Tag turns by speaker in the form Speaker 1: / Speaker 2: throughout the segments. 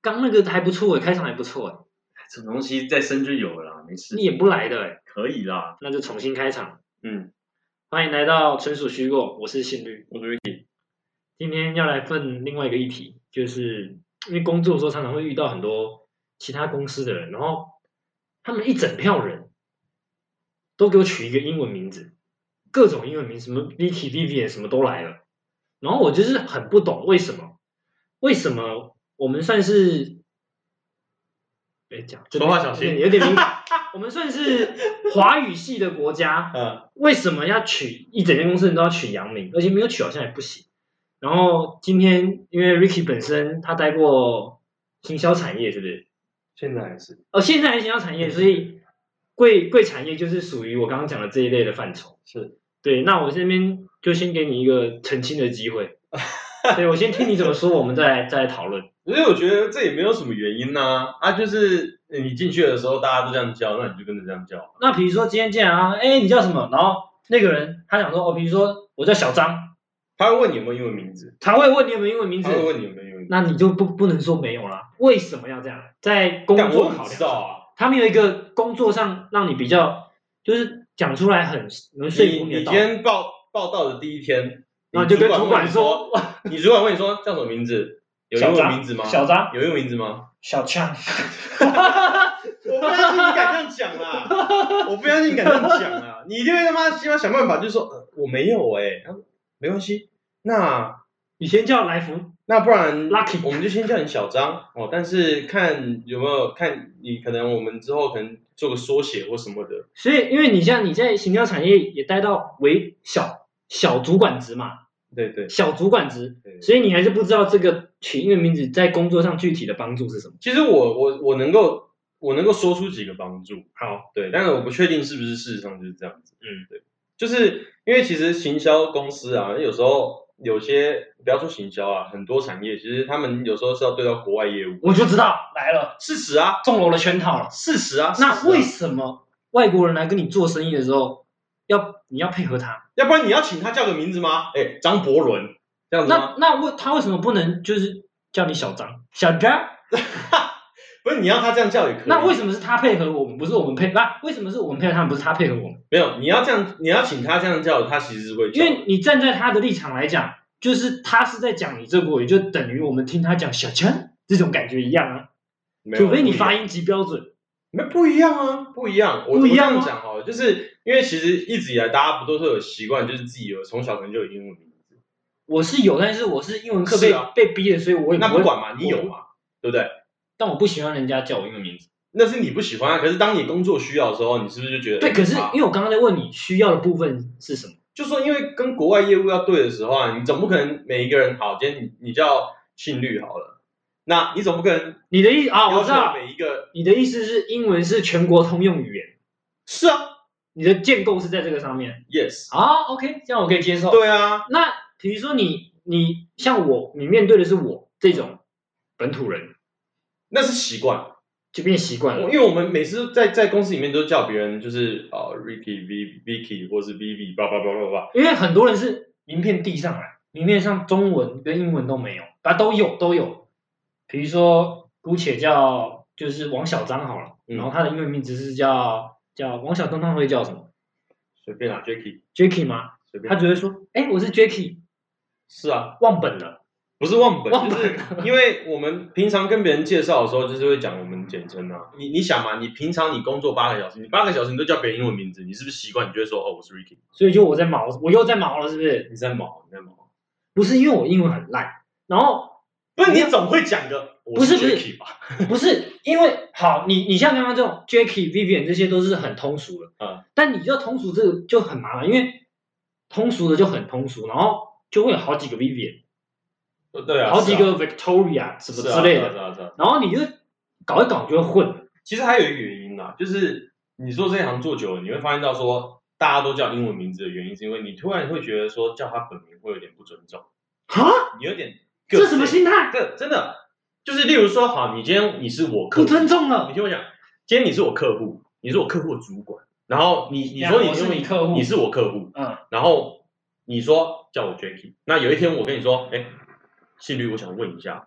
Speaker 1: 刚那个还不错哎，开场还不错哎，
Speaker 2: 这种东西在深圳有了啦，没事，
Speaker 1: 你演不来的哎，
Speaker 2: 可以啦。
Speaker 1: 那就重新开场。
Speaker 2: 嗯，
Speaker 1: 欢迎来到纯属虚构，我是信律，
Speaker 2: 我觉得
Speaker 1: 今天要来问另外一个议题，就是因为工作的时候常常会遇到很多其他公司的人，然后他们一整票人都给我取一个英文名字，各种英文名，什么 Vicky、Vivian 什么都来了，然后我就是很不懂为什么，为什么我们算是，别讲，
Speaker 2: 说话小心
Speaker 1: 有点敏感，我们算是华语系的国家，
Speaker 2: 嗯，
Speaker 1: 为什么要取一整间公司人都要取杨明，而且没有取好像也不行。然后今天因为 Ricky 本身他待过行销产业，是不是？
Speaker 2: 现在还是
Speaker 1: 哦，现在还是行销产业，所以贵贵产业就是属于我刚刚讲的这一类的范畴。
Speaker 2: 是
Speaker 1: 对，那我这边就先给你一个澄清的机会。对，我先听你怎么说，我们再来再来讨论。
Speaker 2: 因为我觉得这也没有什么原因呐、啊，就是你进去的时候大家都这样叫，那你就跟着这样叫。啊
Speaker 1: 那比如说今天见啊，哎，你叫什么？然后那个人他想说，哦，比如说我叫小张，
Speaker 2: 他会问你有没有英文名字，
Speaker 1: 他会问你有没有英文名字
Speaker 2: 他，会问你有没有英文名字。
Speaker 1: 那你就不不能说没有啦。为什么要这样？在工
Speaker 2: 但
Speaker 1: 作
Speaker 2: 我
Speaker 1: 考
Speaker 2: 很知
Speaker 1: 量，
Speaker 2: 道啊，
Speaker 1: 他们有一个工作上让你比较，就是讲出来很能说
Speaker 2: 你
Speaker 1: 服
Speaker 2: 你
Speaker 1: 的
Speaker 2: 今
Speaker 1: 道理，
Speaker 2: 天报报道的第一天，
Speaker 1: 然后你就跟主
Speaker 2: 管问
Speaker 1: 管
Speaker 2: 你
Speaker 1: 说，
Speaker 2: 你主管问你说叫什么名字？有英
Speaker 1: 小
Speaker 2: 文
Speaker 1: 张
Speaker 2: 名字吗？
Speaker 1: 小张、
Speaker 2: 有英文名字吗？
Speaker 1: 小强，
Speaker 2: 我不相信你敢这样讲啦！我不相信你敢这样讲啦！你一定会他妈希望想办法，就是说、呃、我没有哎、啊没关系，那
Speaker 1: 你先叫来福，
Speaker 2: 那不然
Speaker 1: Lucky
Speaker 2: 我们就先叫你小张哦，但是看有没有看你可能我们之后可能做个缩写或什么的，
Speaker 1: 所以因为你像你在行销产业也待到为小小主管职嘛，
Speaker 2: 对对
Speaker 1: 小主管职，
Speaker 2: 对。
Speaker 1: 所以你还是不知道这个取英文名字在工作上具体的帮助是什么。
Speaker 2: 其实我我我能够我能够说出几个帮助，
Speaker 1: 好，
Speaker 2: 对，但是我不确定是不是事实上就是这样子。
Speaker 1: 嗯，
Speaker 2: 对，就是因为其实行销公司啊，有时候有些不要说行销啊，很多产业其实他们有时候是要对到国外业务，
Speaker 1: 我就知道来了，
Speaker 2: 事实啊，
Speaker 1: 中了我的圈套了。
Speaker 2: 事实啊，事
Speaker 1: 那
Speaker 2: 实啊
Speaker 1: 为什么外国人来跟你做生意的时候，要你要配合他？
Speaker 2: 要不然你要请他叫个名字吗？哎，张伯伦这样子吗？
Speaker 1: 那那为他为什么不能就是叫你小张？小张？
Speaker 2: 不是你要他这样叫也可以，
Speaker 1: 那为什么是他配合我们，不是我们配？那为什么是我们配合他们，不是他配合我们？
Speaker 2: 没有？你要这样，你要请他这样叫，他其实是会
Speaker 1: 因
Speaker 2: 叫。
Speaker 1: 为你站在他的立场来讲，就是他是在讲你这国语，就等于我们听他讲小张这种感觉一样啊。
Speaker 2: 没有
Speaker 1: 除非你
Speaker 2: 不一样
Speaker 1: 发音极标准，
Speaker 2: 没不一样啊，不一样，我
Speaker 1: 不一样
Speaker 2: 我
Speaker 1: 吗
Speaker 2: 这样讲哦，就是因为其实一直以来大家不都是有习惯，就是自己有从小可能就有英文名字，
Speaker 1: 我是有，但是我是英文课被、
Speaker 2: 是啊
Speaker 1: 被逼的，所以我也
Speaker 2: 那
Speaker 1: 不会
Speaker 2: 不管嘛，你有嘛，对不对？
Speaker 1: 但我不喜欢人家叫我英文名字。
Speaker 2: 那是你不喜欢啊，可是当你工作需要的时候，你是不是就觉得
Speaker 1: 对，可是
Speaker 2: 啊
Speaker 1: 因为我刚刚在问你需要的部分是什么。
Speaker 2: 就说因为跟国外业务要对的时候啊，你总不可能每一个人好，今天你你叫信律好了，那你总不可能
Speaker 1: 你的意啊，我
Speaker 2: 要
Speaker 1: 知
Speaker 2: 求
Speaker 1: 道，
Speaker 2: 每一个
Speaker 1: 你的意思是英文是全国通用语言，
Speaker 2: 是啊
Speaker 1: 你的建构是在这个上面。
Speaker 2: ，yes，
Speaker 1: 啊，OK，这样我可以接受。
Speaker 2: 对啊，
Speaker 1: 那比如说你，你像我，你面对的是我这种本土人，
Speaker 2: 那是习惯，
Speaker 1: 就变习惯了。
Speaker 2: 我 因为我们每次在在公司里面都叫别人就是呃 Ricky V Vicky 或是 Vivi 叭叭叭叭叭，
Speaker 1: 因为很多人是名片递上来，名片上中文跟英文都没有，啊，都有都有。比如说，姑且叫就是王小张好了，
Speaker 2: 嗯
Speaker 1: 然后他的英文名字是叫叫王小张，他会叫什么
Speaker 2: 随便啦 Jacky
Speaker 1: ？Jacky 吗？
Speaker 2: 随便。
Speaker 1: 他只会说，哎，我是 Jacky，
Speaker 2: 是啊，
Speaker 1: 忘本了。
Speaker 2: 不是忘本，
Speaker 1: 忘
Speaker 2: 就
Speaker 1: 本
Speaker 2: 是因为我们平常跟别人介绍的时候，就是会讲我们简称啊。你你想嘛，你平常你工作八个小时，你八个小时你都叫别人英文名字，你是不是习惯？你就会说哦，我是 Ricky。
Speaker 1: 所以就我在毛，我又在毛了，是不是？
Speaker 2: 你在忙，你在忙。
Speaker 1: 不是因为我英文很烂，然后
Speaker 2: 不是你总会讲个我
Speaker 1: 不是不
Speaker 2: Jacky 吧？
Speaker 1: 不是因为好，你你像刚刚这种 Jacky、Vivian 这些都是很通俗的，
Speaker 2: 嗯，
Speaker 1: 但你要通俗这个就很麻烦，因为通俗的就很通俗，然后就会有好几个 Vivian，、
Speaker 2: 对啊，
Speaker 1: 好几
Speaker 2: 是啊
Speaker 1: 个 Victoria 什么之类的，
Speaker 2: 是啊是啊是啊是啊
Speaker 1: 然后你就搞一搞就会混，
Speaker 2: 其实还有一个原因啦，就是你做这一行做久了，你会发现到说，大家都叫英文名字的原因，是因为你突然会觉得说叫他本名会有点不尊重，
Speaker 1: 哈，
Speaker 2: 你有点
Speaker 1: 这什么心态？
Speaker 2: 这真的就是，例如说，好，你今天你是我客
Speaker 1: 不
Speaker 2: 户，
Speaker 1: 尊重
Speaker 2: 你
Speaker 1: 了，
Speaker 2: 听我讲，今天你是我客户，你是我客户的主管，然后你你说
Speaker 1: 呀
Speaker 2: 你
Speaker 1: 我是
Speaker 2: 用
Speaker 1: 你客户
Speaker 2: 你是我客户，
Speaker 1: 嗯，
Speaker 2: 然后你说叫我 Jacky，那有一天我跟你说，哎，信律，我想问一下，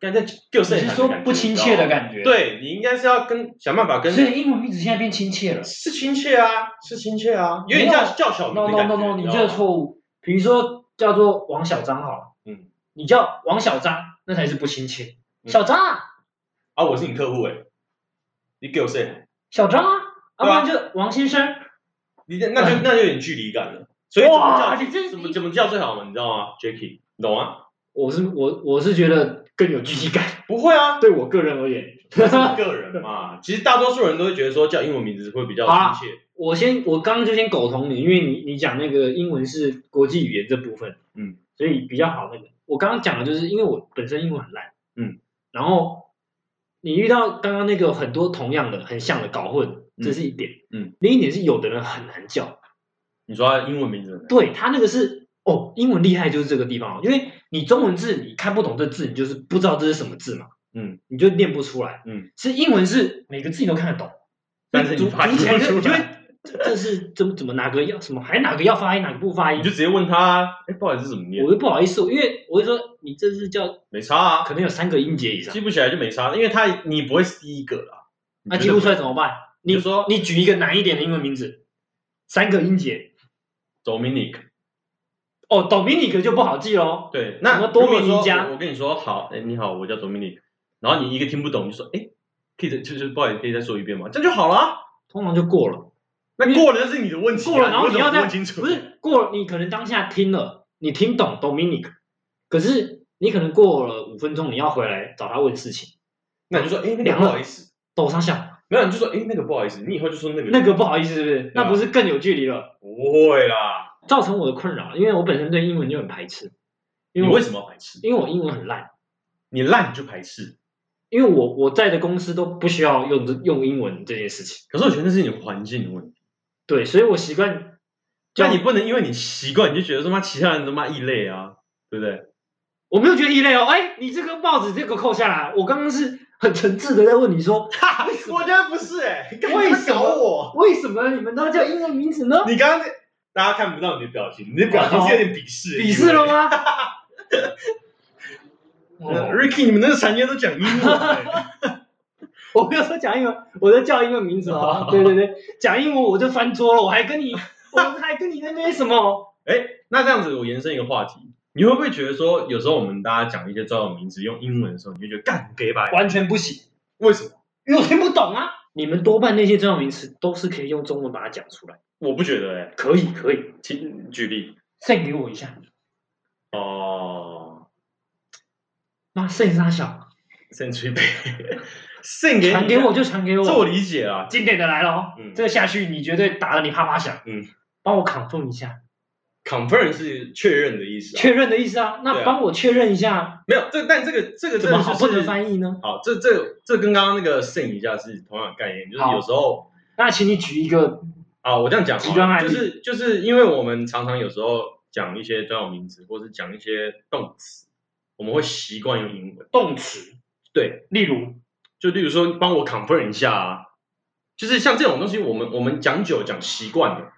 Speaker 2: 干这就是
Speaker 3: 你是说不亲切的感觉？，
Speaker 2: 对你应该是要跟想办法跟
Speaker 3: 所以英文名字现在变亲切了。
Speaker 2: 是亲切啊，是亲切啊，有点像叫小名
Speaker 3: No
Speaker 2: 的感
Speaker 3: no
Speaker 2: 觉。
Speaker 3: no no，你
Speaker 2: 知
Speaker 3: 这
Speaker 2: 道
Speaker 3: 个
Speaker 2: 吗
Speaker 3: 错误。比如说叫做王小张好了，
Speaker 2: 嗯，
Speaker 3: 你叫王小张，那才是不亲切。
Speaker 2: 嗯
Speaker 3: 小张啊，
Speaker 2: 啊，我是你客户哎，你给我 say，
Speaker 3: 小张啊，要
Speaker 2: 对
Speaker 3: 不
Speaker 2: 啊
Speaker 3: 然就王先生。
Speaker 2: 你这那就那就有点距离感了。所以怎么
Speaker 3: 哇，
Speaker 2: 叫
Speaker 3: 你这
Speaker 2: 怎么怎么叫最好嘛？你知道吗，Jacky，你懂吗？
Speaker 1: 我是我我是觉得更有距离感，
Speaker 2: 不会啊，
Speaker 1: 对我个人而 言，
Speaker 2: 这是你个人嘛。 其实大多数人都会觉得说叫英文名字会比较
Speaker 1: 啊
Speaker 2: 亲切。
Speaker 1: 我先我刚刚就先苟同你，因为你你讲那个英文是国际语言这部分，
Speaker 2: 嗯，
Speaker 1: 所以比较好那个。我刚刚讲的就是因为我本身英文很烂，
Speaker 2: 嗯，
Speaker 1: 然后你遇到刚刚那个很多同样的很像的搞混，这是一点，
Speaker 2: 嗯，
Speaker 1: 另一点是有的人很难叫，
Speaker 2: 你说他英文名字呢，
Speaker 1: 对他那个是哦，英文厉害就是这个地方哦，因为你中文字你看不懂这字，你就是不知道这是什么字嘛，
Speaker 2: 嗯，
Speaker 1: 你就念不出来，
Speaker 2: 嗯，
Speaker 1: 是英文是每个字你都看得懂，
Speaker 2: 但是你
Speaker 1: 组
Speaker 2: 发音
Speaker 1: 组起来就
Speaker 2: 不
Speaker 1: 你
Speaker 2: 出
Speaker 1: 就会
Speaker 2: 来，
Speaker 1: 这这是怎么怎么哪个要什么，还哪个要发音哪个不发音
Speaker 2: 你就，直接问他，哎，不好意思，怎么念
Speaker 1: 我？又不好意思，因为我会说你这是叫
Speaker 2: 没差啊，
Speaker 1: 可能有三个音节以上
Speaker 2: 记，不起来就没差，因为他你不会是第一个啦。
Speaker 1: 那
Speaker 2: 你
Speaker 1: 记
Speaker 2: 绝
Speaker 1: 不
Speaker 2: 对会
Speaker 1: 出来怎么办？
Speaker 2: 你
Speaker 1: 你
Speaker 2: 就说
Speaker 1: 你举一个难一点的英文名字，三个音节，
Speaker 2: Dominic，
Speaker 1: 哦，Dominic 就不好记喽。
Speaker 2: 对，
Speaker 1: 什
Speaker 2: 那
Speaker 1: 么多
Speaker 2: 如果
Speaker 1: 米尼
Speaker 2: 说
Speaker 1: 加
Speaker 2: 我我跟你说好，哎，你好，我叫 Dominic，然后你一个听不懂，你就说，哎，可以再就是不好意思，可以再说一遍吗？这样就好了啊。
Speaker 1: 通常就过了，
Speaker 2: 那过了就是你的问题啊，
Speaker 1: 过了然后
Speaker 2: 你
Speaker 1: 你要
Speaker 2: 为什么
Speaker 1: 再
Speaker 2: 问清楚，
Speaker 1: 不是过了，你可能当下听了，你听懂 Dominic，可是你可能过了五分钟，你要回来找他问事情，
Speaker 2: 那你就说，哎，那个
Speaker 1: 凉
Speaker 2: 不
Speaker 1: 了
Speaker 2: 好意思，
Speaker 1: 抖上下，
Speaker 2: 没有，你就说，哎，那个不好意思，你以后就说那个
Speaker 1: 那个不好意思，是不是？
Speaker 2: 啊
Speaker 1: 那不是更有距离了，
Speaker 2: 不会啦，
Speaker 1: 造成我的困扰，因为我本身对英文就很排斥，
Speaker 2: 你
Speaker 1: 因为我
Speaker 2: 为什么要排斥？
Speaker 1: 因为我英文很烂。
Speaker 2: 你烂你就排斥，
Speaker 1: 因为我我在的公司都不需要用这用英文这件事情，
Speaker 2: 可是我觉得那是你的环境的问题，
Speaker 1: 对，所以我习惯
Speaker 2: 就
Speaker 1: 就
Speaker 2: 你不能因为你习惯你就觉得他妈其他人他妈异类啊，对不对？
Speaker 1: 我没有觉得异类哦，哎，你这个帽子这个扣下来，我刚刚是很诚挚的在问你说， 哈，为什么
Speaker 2: 我觉得不是
Speaker 1: 欸
Speaker 2: 哎，
Speaker 1: 为什么
Speaker 2: 我？
Speaker 1: 为什么你们都要叫英文名字 呢？
Speaker 2: 你刚刚那大家看不到你的表情，你的表情是有点鄙视，
Speaker 1: 鄙视了 吗？
Speaker 2: 呃
Speaker 1: 哦
Speaker 2: ？Ricky，你们那个产业都讲 英文欸，
Speaker 1: 我没有说讲英文，我在叫英文名字哦。 对对对，讲英文我就翻桌了，我还跟 你，我还跟你那边什么？
Speaker 2: 哎，那这样子我延伸一个话题，你会不会觉得说，有时候我们大家讲一些专有名词用英文的时候，你就觉得干给白？
Speaker 1: 完全不行，
Speaker 2: 为什么？
Speaker 1: 因为我听不懂啊。你们多半那些专有名词都是可以用中文把它讲出来，
Speaker 2: 我不觉得哎，
Speaker 1: 可以可以，
Speaker 2: 请举例
Speaker 1: 献给我一下。
Speaker 2: 哦，
Speaker 1: 妈，剩啥小？
Speaker 2: 甚至于被送 给你
Speaker 1: 传给我，就传给我。
Speaker 2: 这我理解啊，
Speaker 1: 经典的来了哦，
Speaker 2: 嗯
Speaker 1: 这个下去你绝对打得你啪啪响。
Speaker 2: 嗯，
Speaker 1: 帮我 confirm 一下，
Speaker 2: confirm 是确认的意思、啊，
Speaker 1: 确认的意思啊。
Speaker 2: 对
Speaker 1: 那
Speaker 2: 啊
Speaker 1: 帮我确认一下，
Speaker 2: 没有这，但这个这个
Speaker 1: 怎么好不
Speaker 2: 真的
Speaker 1: 能
Speaker 2: 是
Speaker 1: 翻译呢？
Speaker 2: 好，这这这跟刚刚那个 sing 一下是同样的概念，就是
Speaker 1: 好
Speaker 2: 有时候
Speaker 1: 那请你举一个，
Speaker 2: 啊，我这样讲
Speaker 1: 极端
Speaker 2: 好了
Speaker 1: 案
Speaker 2: 就
Speaker 1: 例
Speaker 2: 是就是因为我们常常有时候讲一些专有名词，或是讲一些动词，我们会习惯用英文。
Speaker 1: 动词，
Speaker 2: 对，
Speaker 1: 例如
Speaker 2: 就例如说，帮我 confirm 一下啊，就是像这种东西，我们我们讲久讲习惯了，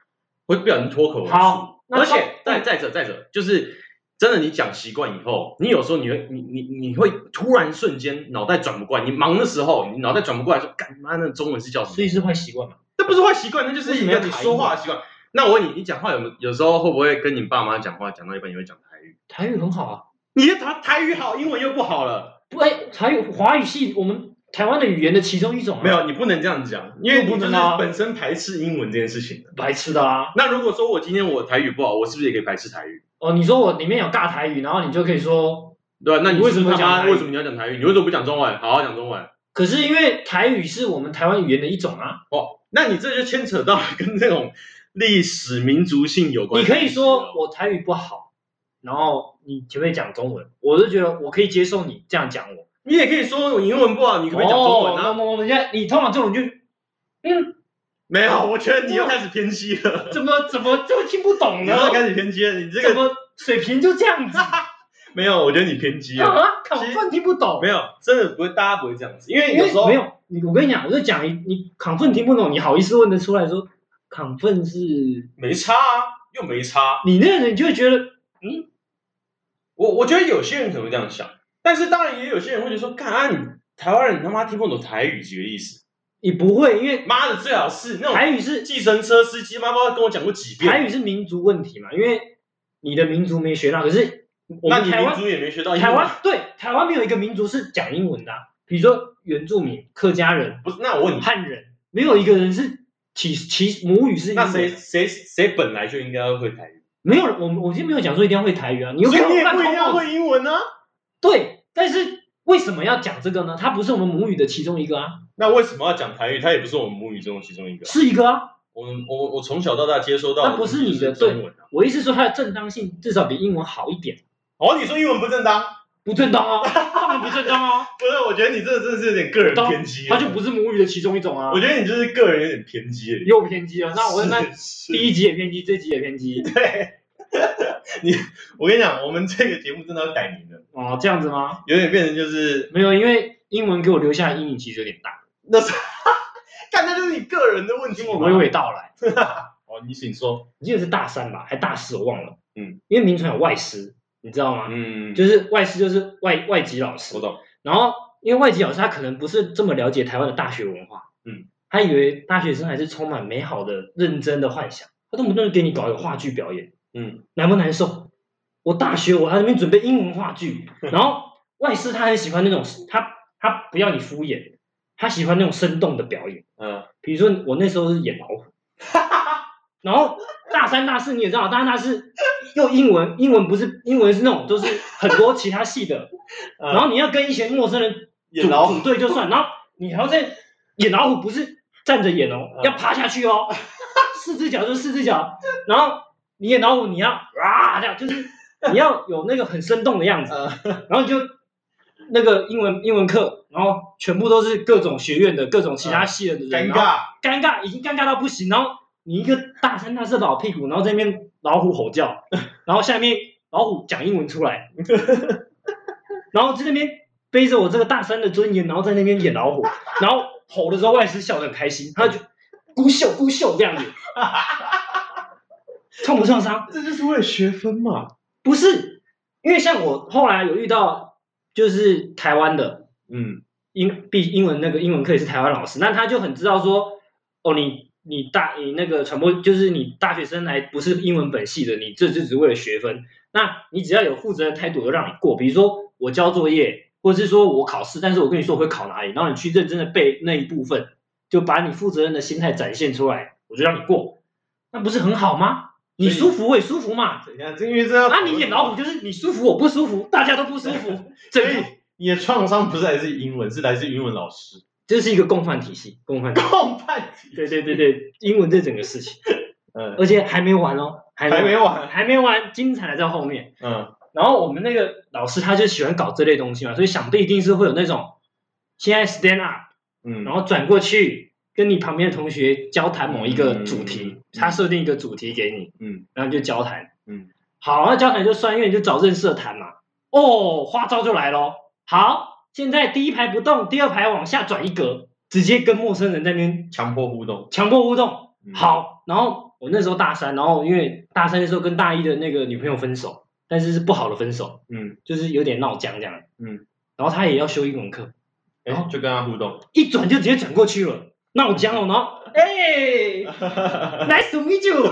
Speaker 2: 会不小心脱口而出
Speaker 1: 好。那嗯
Speaker 2: 而且
Speaker 1: 到
Speaker 2: 再再者再者，就是真的你讲习惯以后，你有时候你会你你你会突然瞬间脑袋转不过来，你忙的时候你脑袋转不过来，说干妈那中文是叫什么？
Speaker 1: 所以是坏习惯嘛。
Speaker 2: 这不是坏习惯，那就是一
Speaker 1: 为什么
Speaker 2: 个你
Speaker 1: 要台语啊
Speaker 2: 说话的习惯。那我问你，你讲话有没有有时候会不会跟你爸妈讲话讲到一半你会讲台语？
Speaker 1: 台语很好啊，
Speaker 2: 你的台台语好，英文又不好了。
Speaker 1: 不，哎，台语华语系我们台湾的语言的其中一种啊，
Speaker 2: 没有，你不能这样讲，因为
Speaker 1: 又
Speaker 2: 你
Speaker 1: 不
Speaker 2: 就是
Speaker 1: 能啊
Speaker 2: 本身排斥英文这件事情的。
Speaker 1: 白痴的啊。
Speaker 2: 那如果说我今天我台语不好，我是不是也可以排斥台语？
Speaker 1: 哦，你说我里面有尬台语，然后你就可以说，
Speaker 2: 对吧？啊那你
Speaker 1: 为什么
Speaker 2: 是不是他
Speaker 1: 讲
Speaker 2: 妈
Speaker 1: 台语
Speaker 2: 为什么你要讲台语？你为什么不讲中文？好好讲中文。
Speaker 1: 可是因为台语是我们台湾语言的一种啊，
Speaker 2: 哦，那你这就牵扯到跟这种历史民族性有关
Speaker 1: 你
Speaker 2: 的东
Speaker 1: 可
Speaker 2: 西了。
Speaker 1: 以说我台语不好，然后你前面讲中文，我就觉得我可以接受你这样讲我。
Speaker 2: 你也可以说我英文不好，你可不可以讲中文
Speaker 1: 哦
Speaker 2: 啊？
Speaker 1: no, no, no, 人家你通常这种就
Speaker 2: 没有，我觉得你又开始偏激了。
Speaker 1: 怎么怎么就听不懂
Speaker 2: 你
Speaker 1: 呢？
Speaker 2: 又开始偏激了，你这个
Speaker 1: 怎么水平就这样子啊？
Speaker 2: 没 有，我觉得你偏激 了。
Speaker 1: 看我分听不懂
Speaker 2: 没，有，真的不会，大家不会这样子，因为
Speaker 1: 因
Speaker 2: 有时
Speaker 1: 为
Speaker 2: 候
Speaker 1: 没有你，我跟你讲，我就讲一你亢奋听不懂，你好意思问得出来说亢奋是？
Speaker 2: 没差啊，又没差。
Speaker 1: 你那个人就会觉得
Speaker 2: 我我觉得有些人可能会这样想，但是当然也有些人会觉得说，干啊你台湾人他妈听不懂台语几个意思？
Speaker 1: 你不会，因为
Speaker 2: 妈的，最好是那种
Speaker 1: 台语是
Speaker 2: 计程车司机，妈妈跟我讲过几
Speaker 1: 台
Speaker 2: 遍，
Speaker 1: 语是民族问题嘛，因为你的民族没学到，可是我
Speaker 2: 那
Speaker 1: 们
Speaker 2: 你
Speaker 1: 台
Speaker 2: 民
Speaker 1: 湾
Speaker 2: 族也没学到英文
Speaker 1: 台湾对台湾没有一个民族是讲英文的啊、比如说原住民、客家人、
Speaker 2: 不是？那我问你，
Speaker 1: 汉人，没有一个人是其其母语是英
Speaker 2: 那谁
Speaker 1: 文，
Speaker 2: 谁谁本来就应该要会台语，
Speaker 1: 没有我们我今天没有讲说一定要会台语啊，你又
Speaker 2: 所以你也
Speaker 1: 乱
Speaker 2: 不一定
Speaker 1: 通
Speaker 2: 要
Speaker 1: 过
Speaker 2: 会英文啊。
Speaker 1: 对，但是为什么要讲这个呢？它不是我们母语的其中一个啊，
Speaker 2: 那为什么要讲台语？它也不是我们母语中的其中一个啊。
Speaker 1: 是一个啊。
Speaker 2: 我们我我从小到大接收到的
Speaker 1: 那不是你的
Speaker 2: 就是中文啊。
Speaker 1: 我意思说它的正当性至少比英文好一点，
Speaker 2: 哦，你说英文不正当？
Speaker 1: 不正当 哦，当然不正当哦，
Speaker 2: 不啊是，我觉得你这真的是有点个人
Speaker 1: 当
Speaker 2: 偏激了。
Speaker 1: 它就不是母语的其中一种啊
Speaker 2: 我，觉得你就是个人有点偏激了。
Speaker 1: 又偏激了。啊那我那
Speaker 2: 是
Speaker 1: 第一集也偏激，这集也偏激
Speaker 2: 我跟你讲，我们这个节目真的要改名了，
Speaker 1: 哦，这样子吗？
Speaker 2: 有点变成就是
Speaker 1: 没有，因为英文给我留下的阴影其实有点大，
Speaker 2: 那是，看那就是你个人的问题嘛。
Speaker 1: 娓娓道来。
Speaker 2: 哦，你请说。
Speaker 1: 我记得是大三吧，还大四，我忘了。
Speaker 2: 嗯，
Speaker 1: 因为名传有外师，你知道吗？
Speaker 2: 嗯，
Speaker 1: 就是外师就是外外籍老师
Speaker 2: 我，懂。
Speaker 1: 然后因为外籍老师他可能不是这么了解台湾的大学文化，
Speaker 2: 嗯，
Speaker 1: 他以为大学生还是充满美好的、认真的幻想，他动不动就给你搞一个话剧表演，
Speaker 2: 嗯，
Speaker 1: 难不难受？我大学我还在那边准备英文话 剧，然后外师他很喜欢那种他他不要你敷衍，他喜欢那种生动的表演，
Speaker 2: 嗯，
Speaker 1: 比如说我那时候是演老虎，然后大三大四你也知道，大三大四又英文，英文不是英文是那种就是很多其他系 的，然后你要跟一些陌生人
Speaker 2: 嗯演
Speaker 1: 组
Speaker 2: 老
Speaker 1: 组
Speaker 2: 虎，
Speaker 1: 队就算，然后你还要在演老虎，不是站着演哦，
Speaker 2: 嗯
Speaker 1: 要爬下去 哦，四只脚就四只脚，然后你演老虎你要啊这样，就是你要有那个很生动的样子，
Speaker 2: 呃，
Speaker 1: 然后你就那个英文英文课，然后全部都是各种学院的各种其他系的人，然
Speaker 2: 尴
Speaker 1: 后
Speaker 2: 尬。
Speaker 1: 尴尬已经尴尬到不行，然后你一个大三大四的老屁股，然后在那边老虎吼叫， 然后下面老虎讲英文出来， 然后在那边背着我这个大三的尊严，然后在那边演老虎，然后吼的时候外师笑得很开心，他就咕秀咕秀这样子， 创不创伤？
Speaker 2: 这就是为了学分嘛。
Speaker 1: 不是，因为像我后来有遇到就是台湾的，
Speaker 2: 嗯，
Speaker 1: 英毕英文那个英文课也是台湾老师，那他就很知道说，哦，你你大你那个传播就是你大学生来不是英文本系的，你这就只是为了学分，那你只要有负责任态度，就让你过。比如说我交作业，或者是说我考试，但是我跟你说我会考哪里，然后你去认真的背那一部分，就把你负责任的心态展现出来，我就让你过，那不是很好吗？你
Speaker 2: 所以
Speaker 1: 舒服我也舒服嘛，
Speaker 2: 等一下，这因为这要
Speaker 1: 啊，你演老虎就是你舒服我不舒服，大家都不舒服，
Speaker 2: 所
Speaker 1: 这
Speaker 2: 以你的创伤不是来自于英文，是来自于英文老师。
Speaker 1: 这是一个共犯体系，共犯体系。
Speaker 2: 共犯体
Speaker 1: 对对对对，英文这整个事情，
Speaker 2: 嗯，
Speaker 1: 而且还没完哦，还
Speaker 2: 还没
Speaker 1: 完
Speaker 2: 完。
Speaker 1: 还没完，精彩的在后面。
Speaker 2: 嗯，
Speaker 1: 然后我们那个老师他就喜欢搞这类东西嘛，所以想必一定是会有那种现在 stand up，
Speaker 2: 嗯，
Speaker 1: 然后转过去跟你旁边的同学交谈某一个主题，
Speaker 2: 嗯
Speaker 1: 他设定一个主题给你，
Speaker 2: 嗯，
Speaker 1: 然后就交谈，
Speaker 2: 嗯，
Speaker 1: 好，那交谈就算，因为你就找认识的谈嘛。哦，花招就来咯。好，现在第一排不动，第二排往下转一格，直接跟陌生人在那边
Speaker 2: 强迫互动。
Speaker 1: 强迫互动。
Speaker 2: 嗯，
Speaker 1: 好，然后我那时候大三，然后因为大三的时候跟大一的那个女朋友分手，但是是不好的分手，
Speaker 2: 嗯，
Speaker 1: 就是有点闹僵这样。
Speaker 2: 嗯，
Speaker 1: 然后他也要修英文课，
Speaker 2: 哎，就跟他互动。
Speaker 1: 一转就直接转过去了，闹僵了，然后 哎，nice to meet you，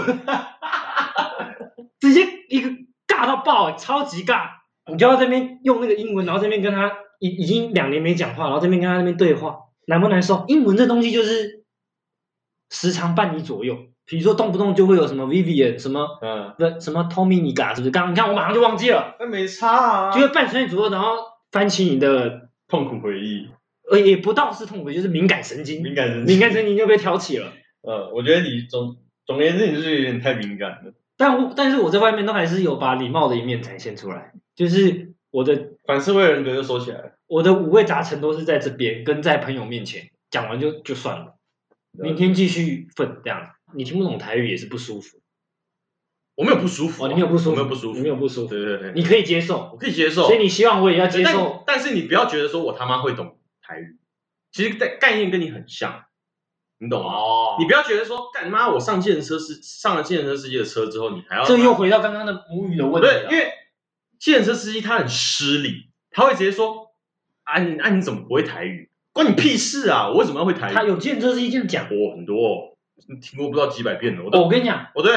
Speaker 1: 直接一个尬到爆，欸超级尬。你就要这边用那个英文，然后这边跟他已已经两年没讲话，然后这边跟他那边对话，难不难受？英文这东西就是时常伴你左右，比如说动不动就会有什么 Vivian 什么。
Speaker 2: 嗯，
Speaker 1: 不什么 Tommy Niga 是不是？刚刚你看我马上就忘记了，
Speaker 2: 那没差啊
Speaker 1: 就会伴随你左右，然后翻起你的
Speaker 2: 痛苦回忆，
Speaker 1: 呃也不到是痛苦，就是敏感神经，
Speaker 2: 敏感 人。
Speaker 1: 敏感神经就被挑起了。
Speaker 2: 呃，我觉得你总总而言之，你就是有点太敏感了，
Speaker 1: 但我但是我在外面都还是有把礼貌的一面展现出来，就是我的
Speaker 2: 反社会人格就收起来了。
Speaker 1: 我的五味杂陈都是在这边跟在朋友面前讲完就就算了，明天继续奋这样。你听不懂台语也是不舒服
Speaker 2: 我没有不舒服
Speaker 1: 哦，
Speaker 2: 啊，
Speaker 1: 你没有不舒服，
Speaker 2: 我没有不舒服，
Speaker 1: 你没有不舒服，
Speaker 2: 对对对，
Speaker 1: 你可以接受，
Speaker 2: 我可以接受，
Speaker 1: 所以你希望我也要接受
Speaker 2: 但但是你不要觉得说我他妈会懂台语，其实概概念跟你很像，你懂吗？
Speaker 1: 哦
Speaker 2: 你不要觉得说干妈我上计程车司上了计程车司机的车之后，你还要
Speaker 1: 这又回到刚刚的母语的问题
Speaker 2: 对，因
Speaker 1: 了。
Speaker 2: 为计程车司机他很失礼，他会直接说：“啊你啊你怎么不会台语？关你屁事啊！我为什么要会台语？”
Speaker 1: 他有见这是一件讲。
Speaker 2: 我很多、哦、听过不知道几百遍了，我都、啊
Speaker 1: 哦我跟你讲，
Speaker 2: 我对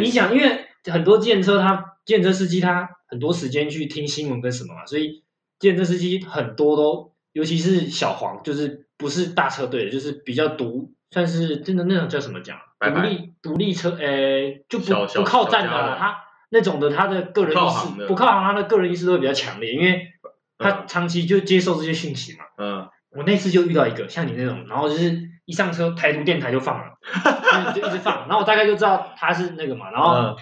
Speaker 1: 你你讲，因为很多电车他电车司机他很多时间去听新闻跟什么嘛，所以电车司机很多都，尤其是小黄，就是不是大车队的，就是比较独，算是真的那种叫什么讲，
Speaker 2: 拜
Speaker 1: 独
Speaker 2: 拜
Speaker 1: 立独立车，呃，就不
Speaker 2: 小小
Speaker 1: 不靠站的
Speaker 2: 小家
Speaker 1: 啦
Speaker 2: 伙，
Speaker 1: 他那种的他的个人
Speaker 2: 不靠
Speaker 1: 意
Speaker 2: 行
Speaker 1: 识
Speaker 2: 的
Speaker 1: 不靠行，他的个人意识都会比较强烈，因为他
Speaker 2: 嗯
Speaker 1: 长期就接受这些讯息嘛。
Speaker 2: 嗯，
Speaker 1: 我那次就遇到一个像你那种，然后就是一上车台独电台就放了，就是就一直放，然后我大概就知道他是那个嘛，然后、
Speaker 2: 嗯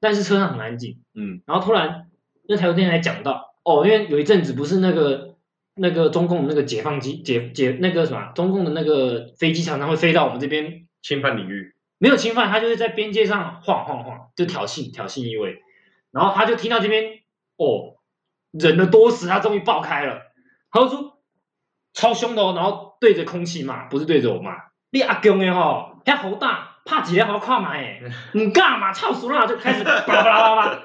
Speaker 1: 但是车上很安静，
Speaker 2: 嗯，
Speaker 1: 然后突然那台独电台讲到，哦，因为有一阵子不是那个那个中共的那个解放机解解那个什么啊中共的那个飞机常常会飞到我们这边，
Speaker 2: 侵犯领域，
Speaker 1: 没有侵犯，他就是在边界上晃晃晃，就挑衅挑衅意味，然后他就听到这边哦，忍了多时，他终于爆开了，他就说超凶的哦，然后对着空气骂，不是对着我骂，你阿公的吼，遐好大，怕几个好看嘛诶，唔干嘛，操死啦，就开始巴拉巴拉巴拉。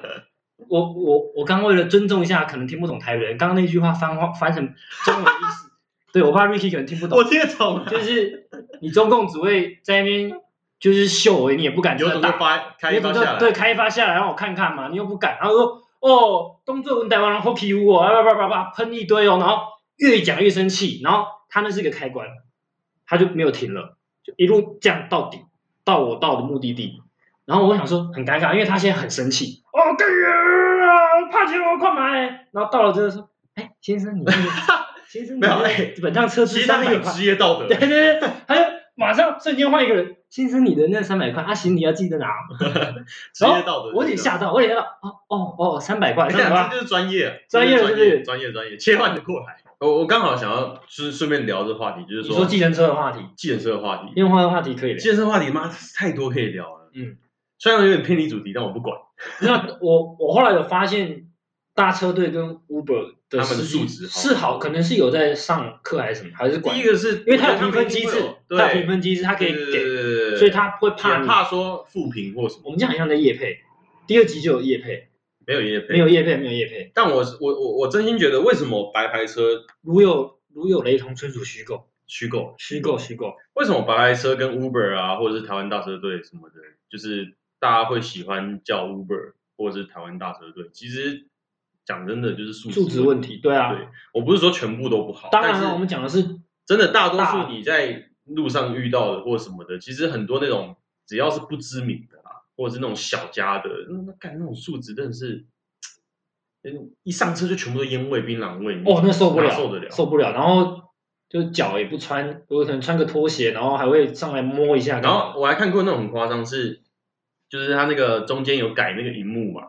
Speaker 1: 我我我刚为了尊重一下，可能听不懂台语人，刚刚那句话翻话翻成中文的意思，对我怕 Ricky 可能听不懂。
Speaker 2: 我听得懂啊，
Speaker 1: 就是你中共只会在那边就是秀而已，你也不敢
Speaker 2: 有
Speaker 1: 真
Speaker 2: 种
Speaker 1: 的
Speaker 2: 就
Speaker 1: 打，
Speaker 2: 发开
Speaker 1: 你
Speaker 2: 一
Speaker 1: 也
Speaker 2: 发
Speaker 1: 不
Speaker 2: 下来，
Speaker 1: 对，开发下来让我看看嘛，你又不敢，然后说哦，动作文台湾人后皮污哦，叭叭叭叭喷一堆哦，然后越讲越生气，然后他那是一个开关，他就没有停了，就一路这样到底，到我到我的目的地。然后我想说很尴尬，因为他现在很生气，哦，干啊，怕钱我快买。然后到了之后说，哎，先生你那 个，先生你
Speaker 2: 没有
Speaker 1: 那个
Speaker 2: 哎
Speaker 1: 本趟车
Speaker 2: 其
Speaker 1: 资
Speaker 2: 实他
Speaker 1: 上
Speaker 2: 们
Speaker 1: 面
Speaker 2: 有
Speaker 1: 有
Speaker 2: 职业道德
Speaker 1: 对，对对，他就马上瞬间换一个人，先生，你的那三百块啊，行李要记得拿哦。
Speaker 2: 职业道德，
Speaker 1: 我有点吓到，我有点吓到，哦哦哦，三百块，
Speaker 2: 我跟
Speaker 1: 三
Speaker 2: 你
Speaker 1: 百
Speaker 2: 讲，
Speaker 1: 块
Speaker 2: 这，就是专业啊，
Speaker 1: 专业
Speaker 2: 这
Speaker 1: 了
Speaker 2: 就是
Speaker 1: 是不是
Speaker 2: 专业，专业，专业，切换的过来。我我刚好想要就是顺便聊这个话题，就是
Speaker 1: 你说计程车的话题，
Speaker 2: 计程车的话题，
Speaker 1: 因为换个话题可以了。
Speaker 2: 计程车话题妈太多可以聊了。
Speaker 1: 嗯，
Speaker 2: 虽然有点偏离主题，但我不管，
Speaker 1: 那我我后来有发现，大车队跟 Uber 的
Speaker 2: 他们
Speaker 1: 司
Speaker 2: 素
Speaker 1: 机
Speaker 2: 质好
Speaker 1: 是好，可能是有在上课还是什么，还是管
Speaker 2: 第一，个是
Speaker 1: 因为它
Speaker 2: 我
Speaker 1: 有评
Speaker 2: 觉得他们
Speaker 1: 分
Speaker 2: 一定
Speaker 1: 机
Speaker 2: 会
Speaker 1: 制
Speaker 2: 有，
Speaker 1: 它有
Speaker 2: 对
Speaker 1: 评分机制，它可以
Speaker 2: 对对
Speaker 1: 给，
Speaker 2: 对对对
Speaker 1: 所以他不会怕
Speaker 2: 也
Speaker 1: 你。
Speaker 2: 怕说负评或什么，
Speaker 1: 我们这样很像在夜配，第二集就有夜配，
Speaker 2: 没有也
Speaker 1: 没有夜配，没有夜配，
Speaker 2: 但我是我我我真心觉得，为什么白牌车
Speaker 1: 如有如有雷同，纯属虚构，
Speaker 2: 虚构？
Speaker 1: 虚构，虚构。
Speaker 2: 为什么白牌车跟 Uber 啊，或者是台湾大车队什么的，就是大家会喜欢叫 Uber 或者是台湾大车队？其实讲真的，就是素
Speaker 1: 素质问
Speaker 2: 题。
Speaker 1: 题，对啊，
Speaker 2: 对我不是说全部都不好，
Speaker 1: 当然
Speaker 2: 但
Speaker 1: 了，
Speaker 2: 是
Speaker 1: 我们讲的是
Speaker 2: 真的大多
Speaker 1: 大
Speaker 2: 数你在路上遇到的或什么的，其实很多那种只要是不知名的啊，或者是那种小家的，那那干那种素质真的是，嗯，一上车就全部都烟味、槟榔味，你
Speaker 1: 哦，那受不了，
Speaker 2: 哪受得了。
Speaker 1: 受不了。然后就脚也不穿，有可能穿个拖鞋，然后还会上来摸一下。
Speaker 2: 然后我还看过那种很夸张是，就是他那个中间有改那个荧幕嘛，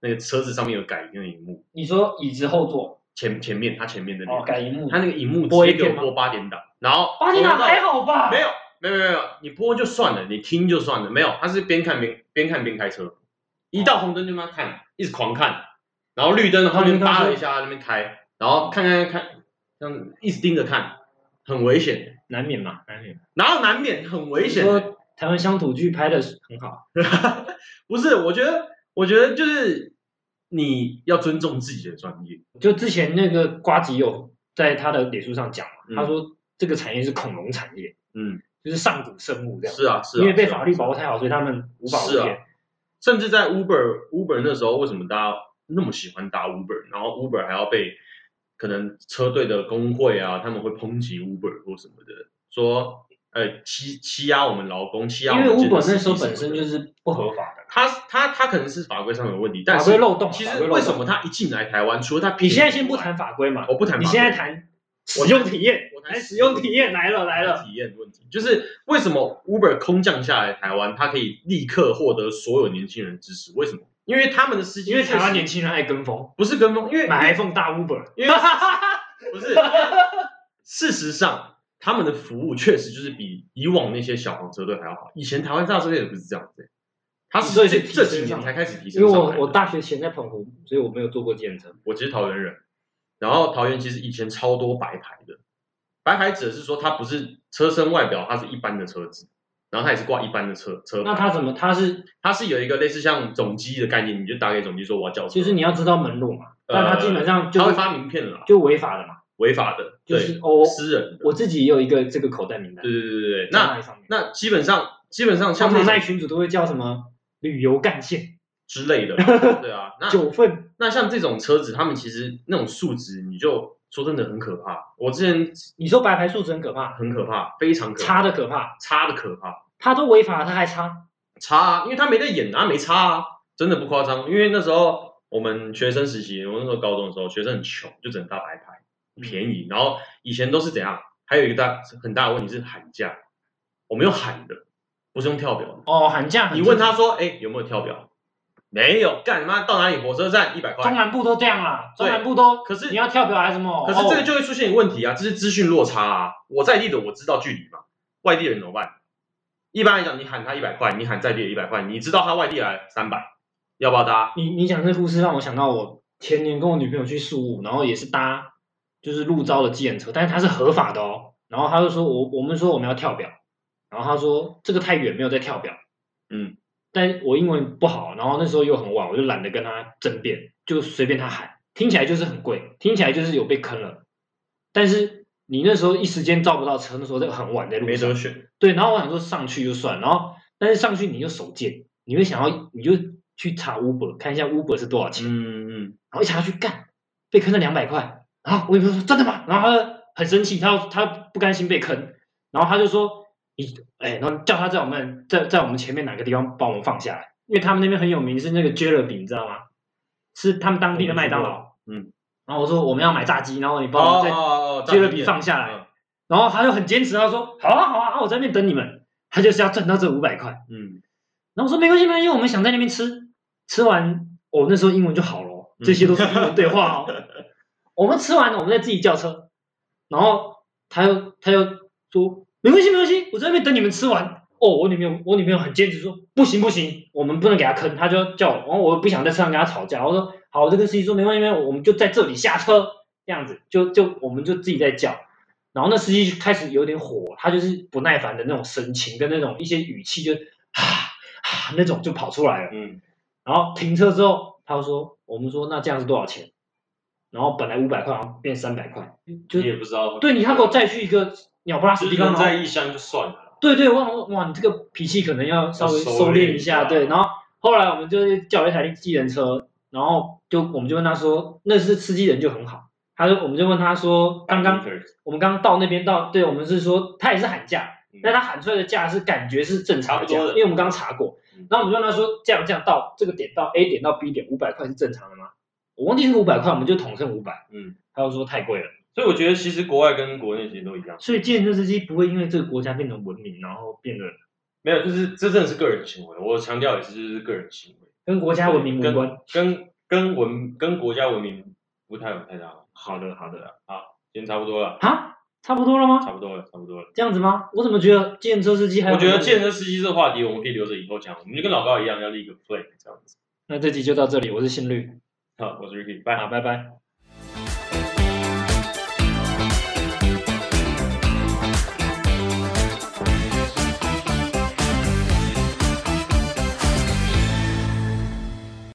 Speaker 2: 那个车子上面有改那个荧幕，
Speaker 1: 你说椅子后座
Speaker 2: 前前面他前面的那
Speaker 1: 哦，
Speaker 2: 个，
Speaker 1: 改荧幕
Speaker 2: 他，那个荧幕
Speaker 1: 播
Speaker 2: 直接
Speaker 1: A
Speaker 2: 给
Speaker 1: 片
Speaker 2: 我
Speaker 1: 吗
Speaker 2: 播八点档，然后
Speaker 1: 八点档
Speaker 2: 播到
Speaker 1: 还好吧
Speaker 2: 没？有，没有，没有，没有，你播就算了，你听就算了，没有，他是边看边边看边开车，一到红灯就他妈看，一直狂看，然后绿灯后面扒了一下，那边开，然后看看看，这样一直盯着看，很危险，
Speaker 1: 难免嘛，难免。
Speaker 2: 哪有难免很危险
Speaker 1: 你
Speaker 2: 的？
Speaker 1: 说台湾乡土剧拍的很好，
Speaker 2: 不是，我觉得，我觉得就是你要尊重自己的专业，
Speaker 1: 就之前那个瓜吉有在他的脸书上讲
Speaker 2: 嗯
Speaker 1: 嘛，他说这个产业是恐龙产业，
Speaker 2: 嗯，
Speaker 1: 就是上古生物这样，
Speaker 2: 是啊，是啊，
Speaker 1: 因为被
Speaker 2: 是啊
Speaker 1: 法律保护太好，所以他们无法无
Speaker 2: 是啊
Speaker 1: 天。
Speaker 2: 甚至在 Uber Uber 那时候，为什么大家那么喜欢搭 Uber？然后 Uber 还要被可能车队的工会啊，他们会抨击 Uber 或什么的，说呃欺欺压我们劳工，欺压我
Speaker 1: 因
Speaker 2: 们
Speaker 1: 为
Speaker 2: 健身
Speaker 1: Uber 那
Speaker 2: 司
Speaker 1: 时候
Speaker 2: 机
Speaker 1: 本
Speaker 2: 什么
Speaker 1: 身
Speaker 2: 的
Speaker 1: 就是不合法的，
Speaker 2: 他他他可能是法规上有问题，但
Speaker 1: 法
Speaker 2: 是
Speaker 1: 规漏洞啊。
Speaker 2: 其
Speaker 1: 法
Speaker 2: 实
Speaker 1: 规漏
Speaker 2: 为
Speaker 1: 洞
Speaker 2: 什么他一进来台湾，除了他
Speaker 1: 你
Speaker 2: 便宜
Speaker 1: 现在先不
Speaker 2: 以外，
Speaker 1: 谈法规嘛，
Speaker 2: 我不谈法规，
Speaker 1: 你现在谈使用体验，
Speaker 2: 我
Speaker 1: 来哎使用体验来了来了，
Speaker 2: 体验问题，就是为什么 Uber 空降下来台湾，它可以立刻获得所有年轻人支持？为什么？因为他们的司机
Speaker 1: 因为台湾
Speaker 2: 确实
Speaker 1: 年轻人爱跟风，
Speaker 2: 不是跟风，因为
Speaker 1: 买 iPhone 大 Uber，
Speaker 2: 因为不是，事实上他们的服务确实就是比以往那些小黄车队还要好。以前台湾大车队也不是这样子、欸他是
Speaker 1: 所以
Speaker 2: 这
Speaker 1: 是提
Speaker 2: 这
Speaker 1: 升
Speaker 2: 几年
Speaker 1: 上
Speaker 2: 才开始提
Speaker 1: 因
Speaker 2: 升
Speaker 1: 为
Speaker 2: 上来
Speaker 1: 我
Speaker 2: 的
Speaker 1: 我大学前在澎湖，所以我没有坐过电车。
Speaker 2: 我其实桃园人，然后桃园其实以前超多白牌的，白牌指的是说它不是车身外表，它是一般的车子，然后他也是挂一般的车车牌，
Speaker 1: 那他怎么？他是
Speaker 2: 他是有一个类似像总机的概念，你就打给总机说我要叫车，
Speaker 1: 就是你要知道门路嘛，但他基本上就
Speaker 2: 呃他会
Speaker 1: 是
Speaker 2: 发名片了啦，
Speaker 1: 就违法的嘛。
Speaker 2: 违法的，
Speaker 1: 就是
Speaker 2: 对
Speaker 1: 哦
Speaker 2: 私人的，
Speaker 1: 我自己也有一个这个口袋名单
Speaker 2: 对，对对对对，
Speaker 1: 在
Speaker 2: 那
Speaker 1: 那里上面，
Speaker 2: 那基本上基本上
Speaker 1: 像
Speaker 2: 像
Speaker 1: 我
Speaker 2: 这
Speaker 1: 们那
Speaker 2: 种
Speaker 1: 群主都会叫什么旅游干线、
Speaker 2: 之类 的，对啊，那
Speaker 1: 九份，
Speaker 2: 那像这种车子，他们其实那种数值，你就说真的很可怕，我之前
Speaker 1: 你说白牌数值很可怕，
Speaker 2: 很可怕，非常可怕，
Speaker 1: 差的可怕，
Speaker 2: 差的可怕，
Speaker 1: 他都违法，他还差，
Speaker 2: 差、啊，因为他没在演啊，没差啊，真的不夸张。因为那时候我们学生时期，我那时候高中的时候，学生很穷，就只能搭白牌，便
Speaker 1: 嗯
Speaker 2: 宜。然后以前都是怎样？还有一个大很大的问题是喊价，我们用喊的，不是用跳表的。
Speaker 1: 哦，喊价很
Speaker 2: 你问他说，哎、有没有跳表？没有，干你妈到哪里？火车站一百
Speaker 1: 中
Speaker 2: 块。
Speaker 1: 南部都这样啦，
Speaker 2: 对
Speaker 1: 中南部都，
Speaker 2: 可是
Speaker 1: 你要跳表还是什么？
Speaker 2: 可是这个
Speaker 1: 哦
Speaker 2: 就会出现一个问题啊，这是资讯落差啊。我在地的我知道距离嘛，外地人怎么办？一般来讲，你喊他一百块，你喊在地的一百块，你知道他外地来三百，要不要搭？
Speaker 1: 你你讲这故事让我想到我前年跟我女朋友去宿务，然后也是搭就是路招的计程车，但是它是合法的哦。然后他就说我我们说我们要跳表，然后他说这个太远没有在跳表，
Speaker 2: 嗯，
Speaker 1: 但我英文不好，然后那时候又很晚，我就懒得跟他争辩，就随便他喊，听起来就是很贵，听起来就是有被坑了，但是你那时候一时间招不到车，那时候在很晚在路
Speaker 2: 没
Speaker 1: 上
Speaker 2: 得，选，
Speaker 1: 对，然后我想说上去就算，然后但是上去你就手贱，你会想要你就去查 Uber 看一下 Uber 是多少钱，
Speaker 2: 嗯嗯，
Speaker 1: 然后一查去干，被坑了两百块。然后我女朋友说真的吗？然后他很生气，他他不甘心被坑，然后他就说你哎，然后叫他在我们在在我们前面哪个地方帮我们放下来，因为他们那边很有名是那个 Jollibee，你知道吗？是他们当地的麦当劳。
Speaker 2: 嗯。
Speaker 1: 然后我说我们要买炸鸡，然后你帮我
Speaker 2: 哦
Speaker 1: 们在
Speaker 2: 哦哦，
Speaker 1: 接了笔放下来，然后他就很坚持，他说好啊好啊，啊我在那边等你们，他就是要赚到这五百块。
Speaker 2: 嗯，
Speaker 1: 然后我说没关系，没关系，我们想在那边吃，吃完我、哦、那时候英文就好了哦，
Speaker 2: 嗯
Speaker 1: 这些都是英文对话哦。我们吃完了，我们再自己叫车。然后他又他又说没关系，没关系，我在那边等你们吃完。哦，我女朋友我女朋友很坚持说不行不行，我们不能给他坑，他就要叫我，然后我不想在车上跟他吵架。我说好，我就跟司机说没关系，没关系，我们就在这里下车，这样子就就我们就自己在叫。然后那司机就开始有点火，他就是不耐烦的那种神情跟那种一些语气就啊啊那种就跑出来了。
Speaker 2: 嗯，
Speaker 1: 然后停车之后，他就说我们说那这样是多少钱？然后本来五百块，然后变三百块，就
Speaker 4: 你也不知道。
Speaker 1: 对你他给我再去一个鸟不拉
Speaker 4: 就
Speaker 1: 屎
Speaker 4: 是
Speaker 1: 地方，
Speaker 4: 人
Speaker 1: 然后
Speaker 4: 在异乡就算了，
Speaker 1: 对对，哇哇，你这个脾气可能要稍微
Speaker 4: 要收
Speaker 1: 收敛
Speaker 4: 敛
Speaker 1: 一
Speaker 4: 一
Speaker 1: 下，
Speaker 4: 下
Speaker 1: 对。然后后来我们就是叫了一台计程车，然后就我们就问他说，那是司机人就很好，他就我们就问他说，刚刚我们刚到那边到，对我们是说他也是喊价，
Speaker 4: 嗯
Speaker 1: 但他喊出来的价是感觉是正常的价，
Speaker 4: 差不
Speaker 1: 因
Speaker 4: 多的
Speaker 1: 为我们刚查过
Speaker 4: 嗯。
Speaker 1: 然后我们就问他说，这样这样到这个点到 A 点到 B 点五百块是正常的吗？我忘记是五百块，我们就统称五百。
Speaker 4: 嗯，
Speaker 1: 他就说太贵了，
Speaker 4: 所以我觉得其实国外跟国内其实都一样，
Speaker 1: 所以计程车司机不会因为这个国家变得文明，然后变得
Speaker 4: 没有，就是这真的是个人行为。我强调也是，就是个人行为，
Speaker 1: 跟国家文明无
Speaker 4: 跟
Speaker 1: 关。
Speaker 4: 跟跟文跟国家文明不太有太大关系。
Speaker 1: 好的，好的。
Speaker 4: 今天差不多了，
Speaker 1: 啊，差不多了吗？
Speaker 4: 差不多了，差不多了。
Speaker 1: 这样子吗？我怎么觉得计程车司机还有
Speaker 4: 我觉得
Speaker 1: 很多
Speaker 4: 健身司机这个话题，我们可以留着以后讲。我们就跟老高一样，要立一个 flag 这样子。
Speaker 1: 那这集就到这里，我是新绿，
Speaker 4: 好，我是 Ricky，拜。
Speaker 1: 好，拜拜。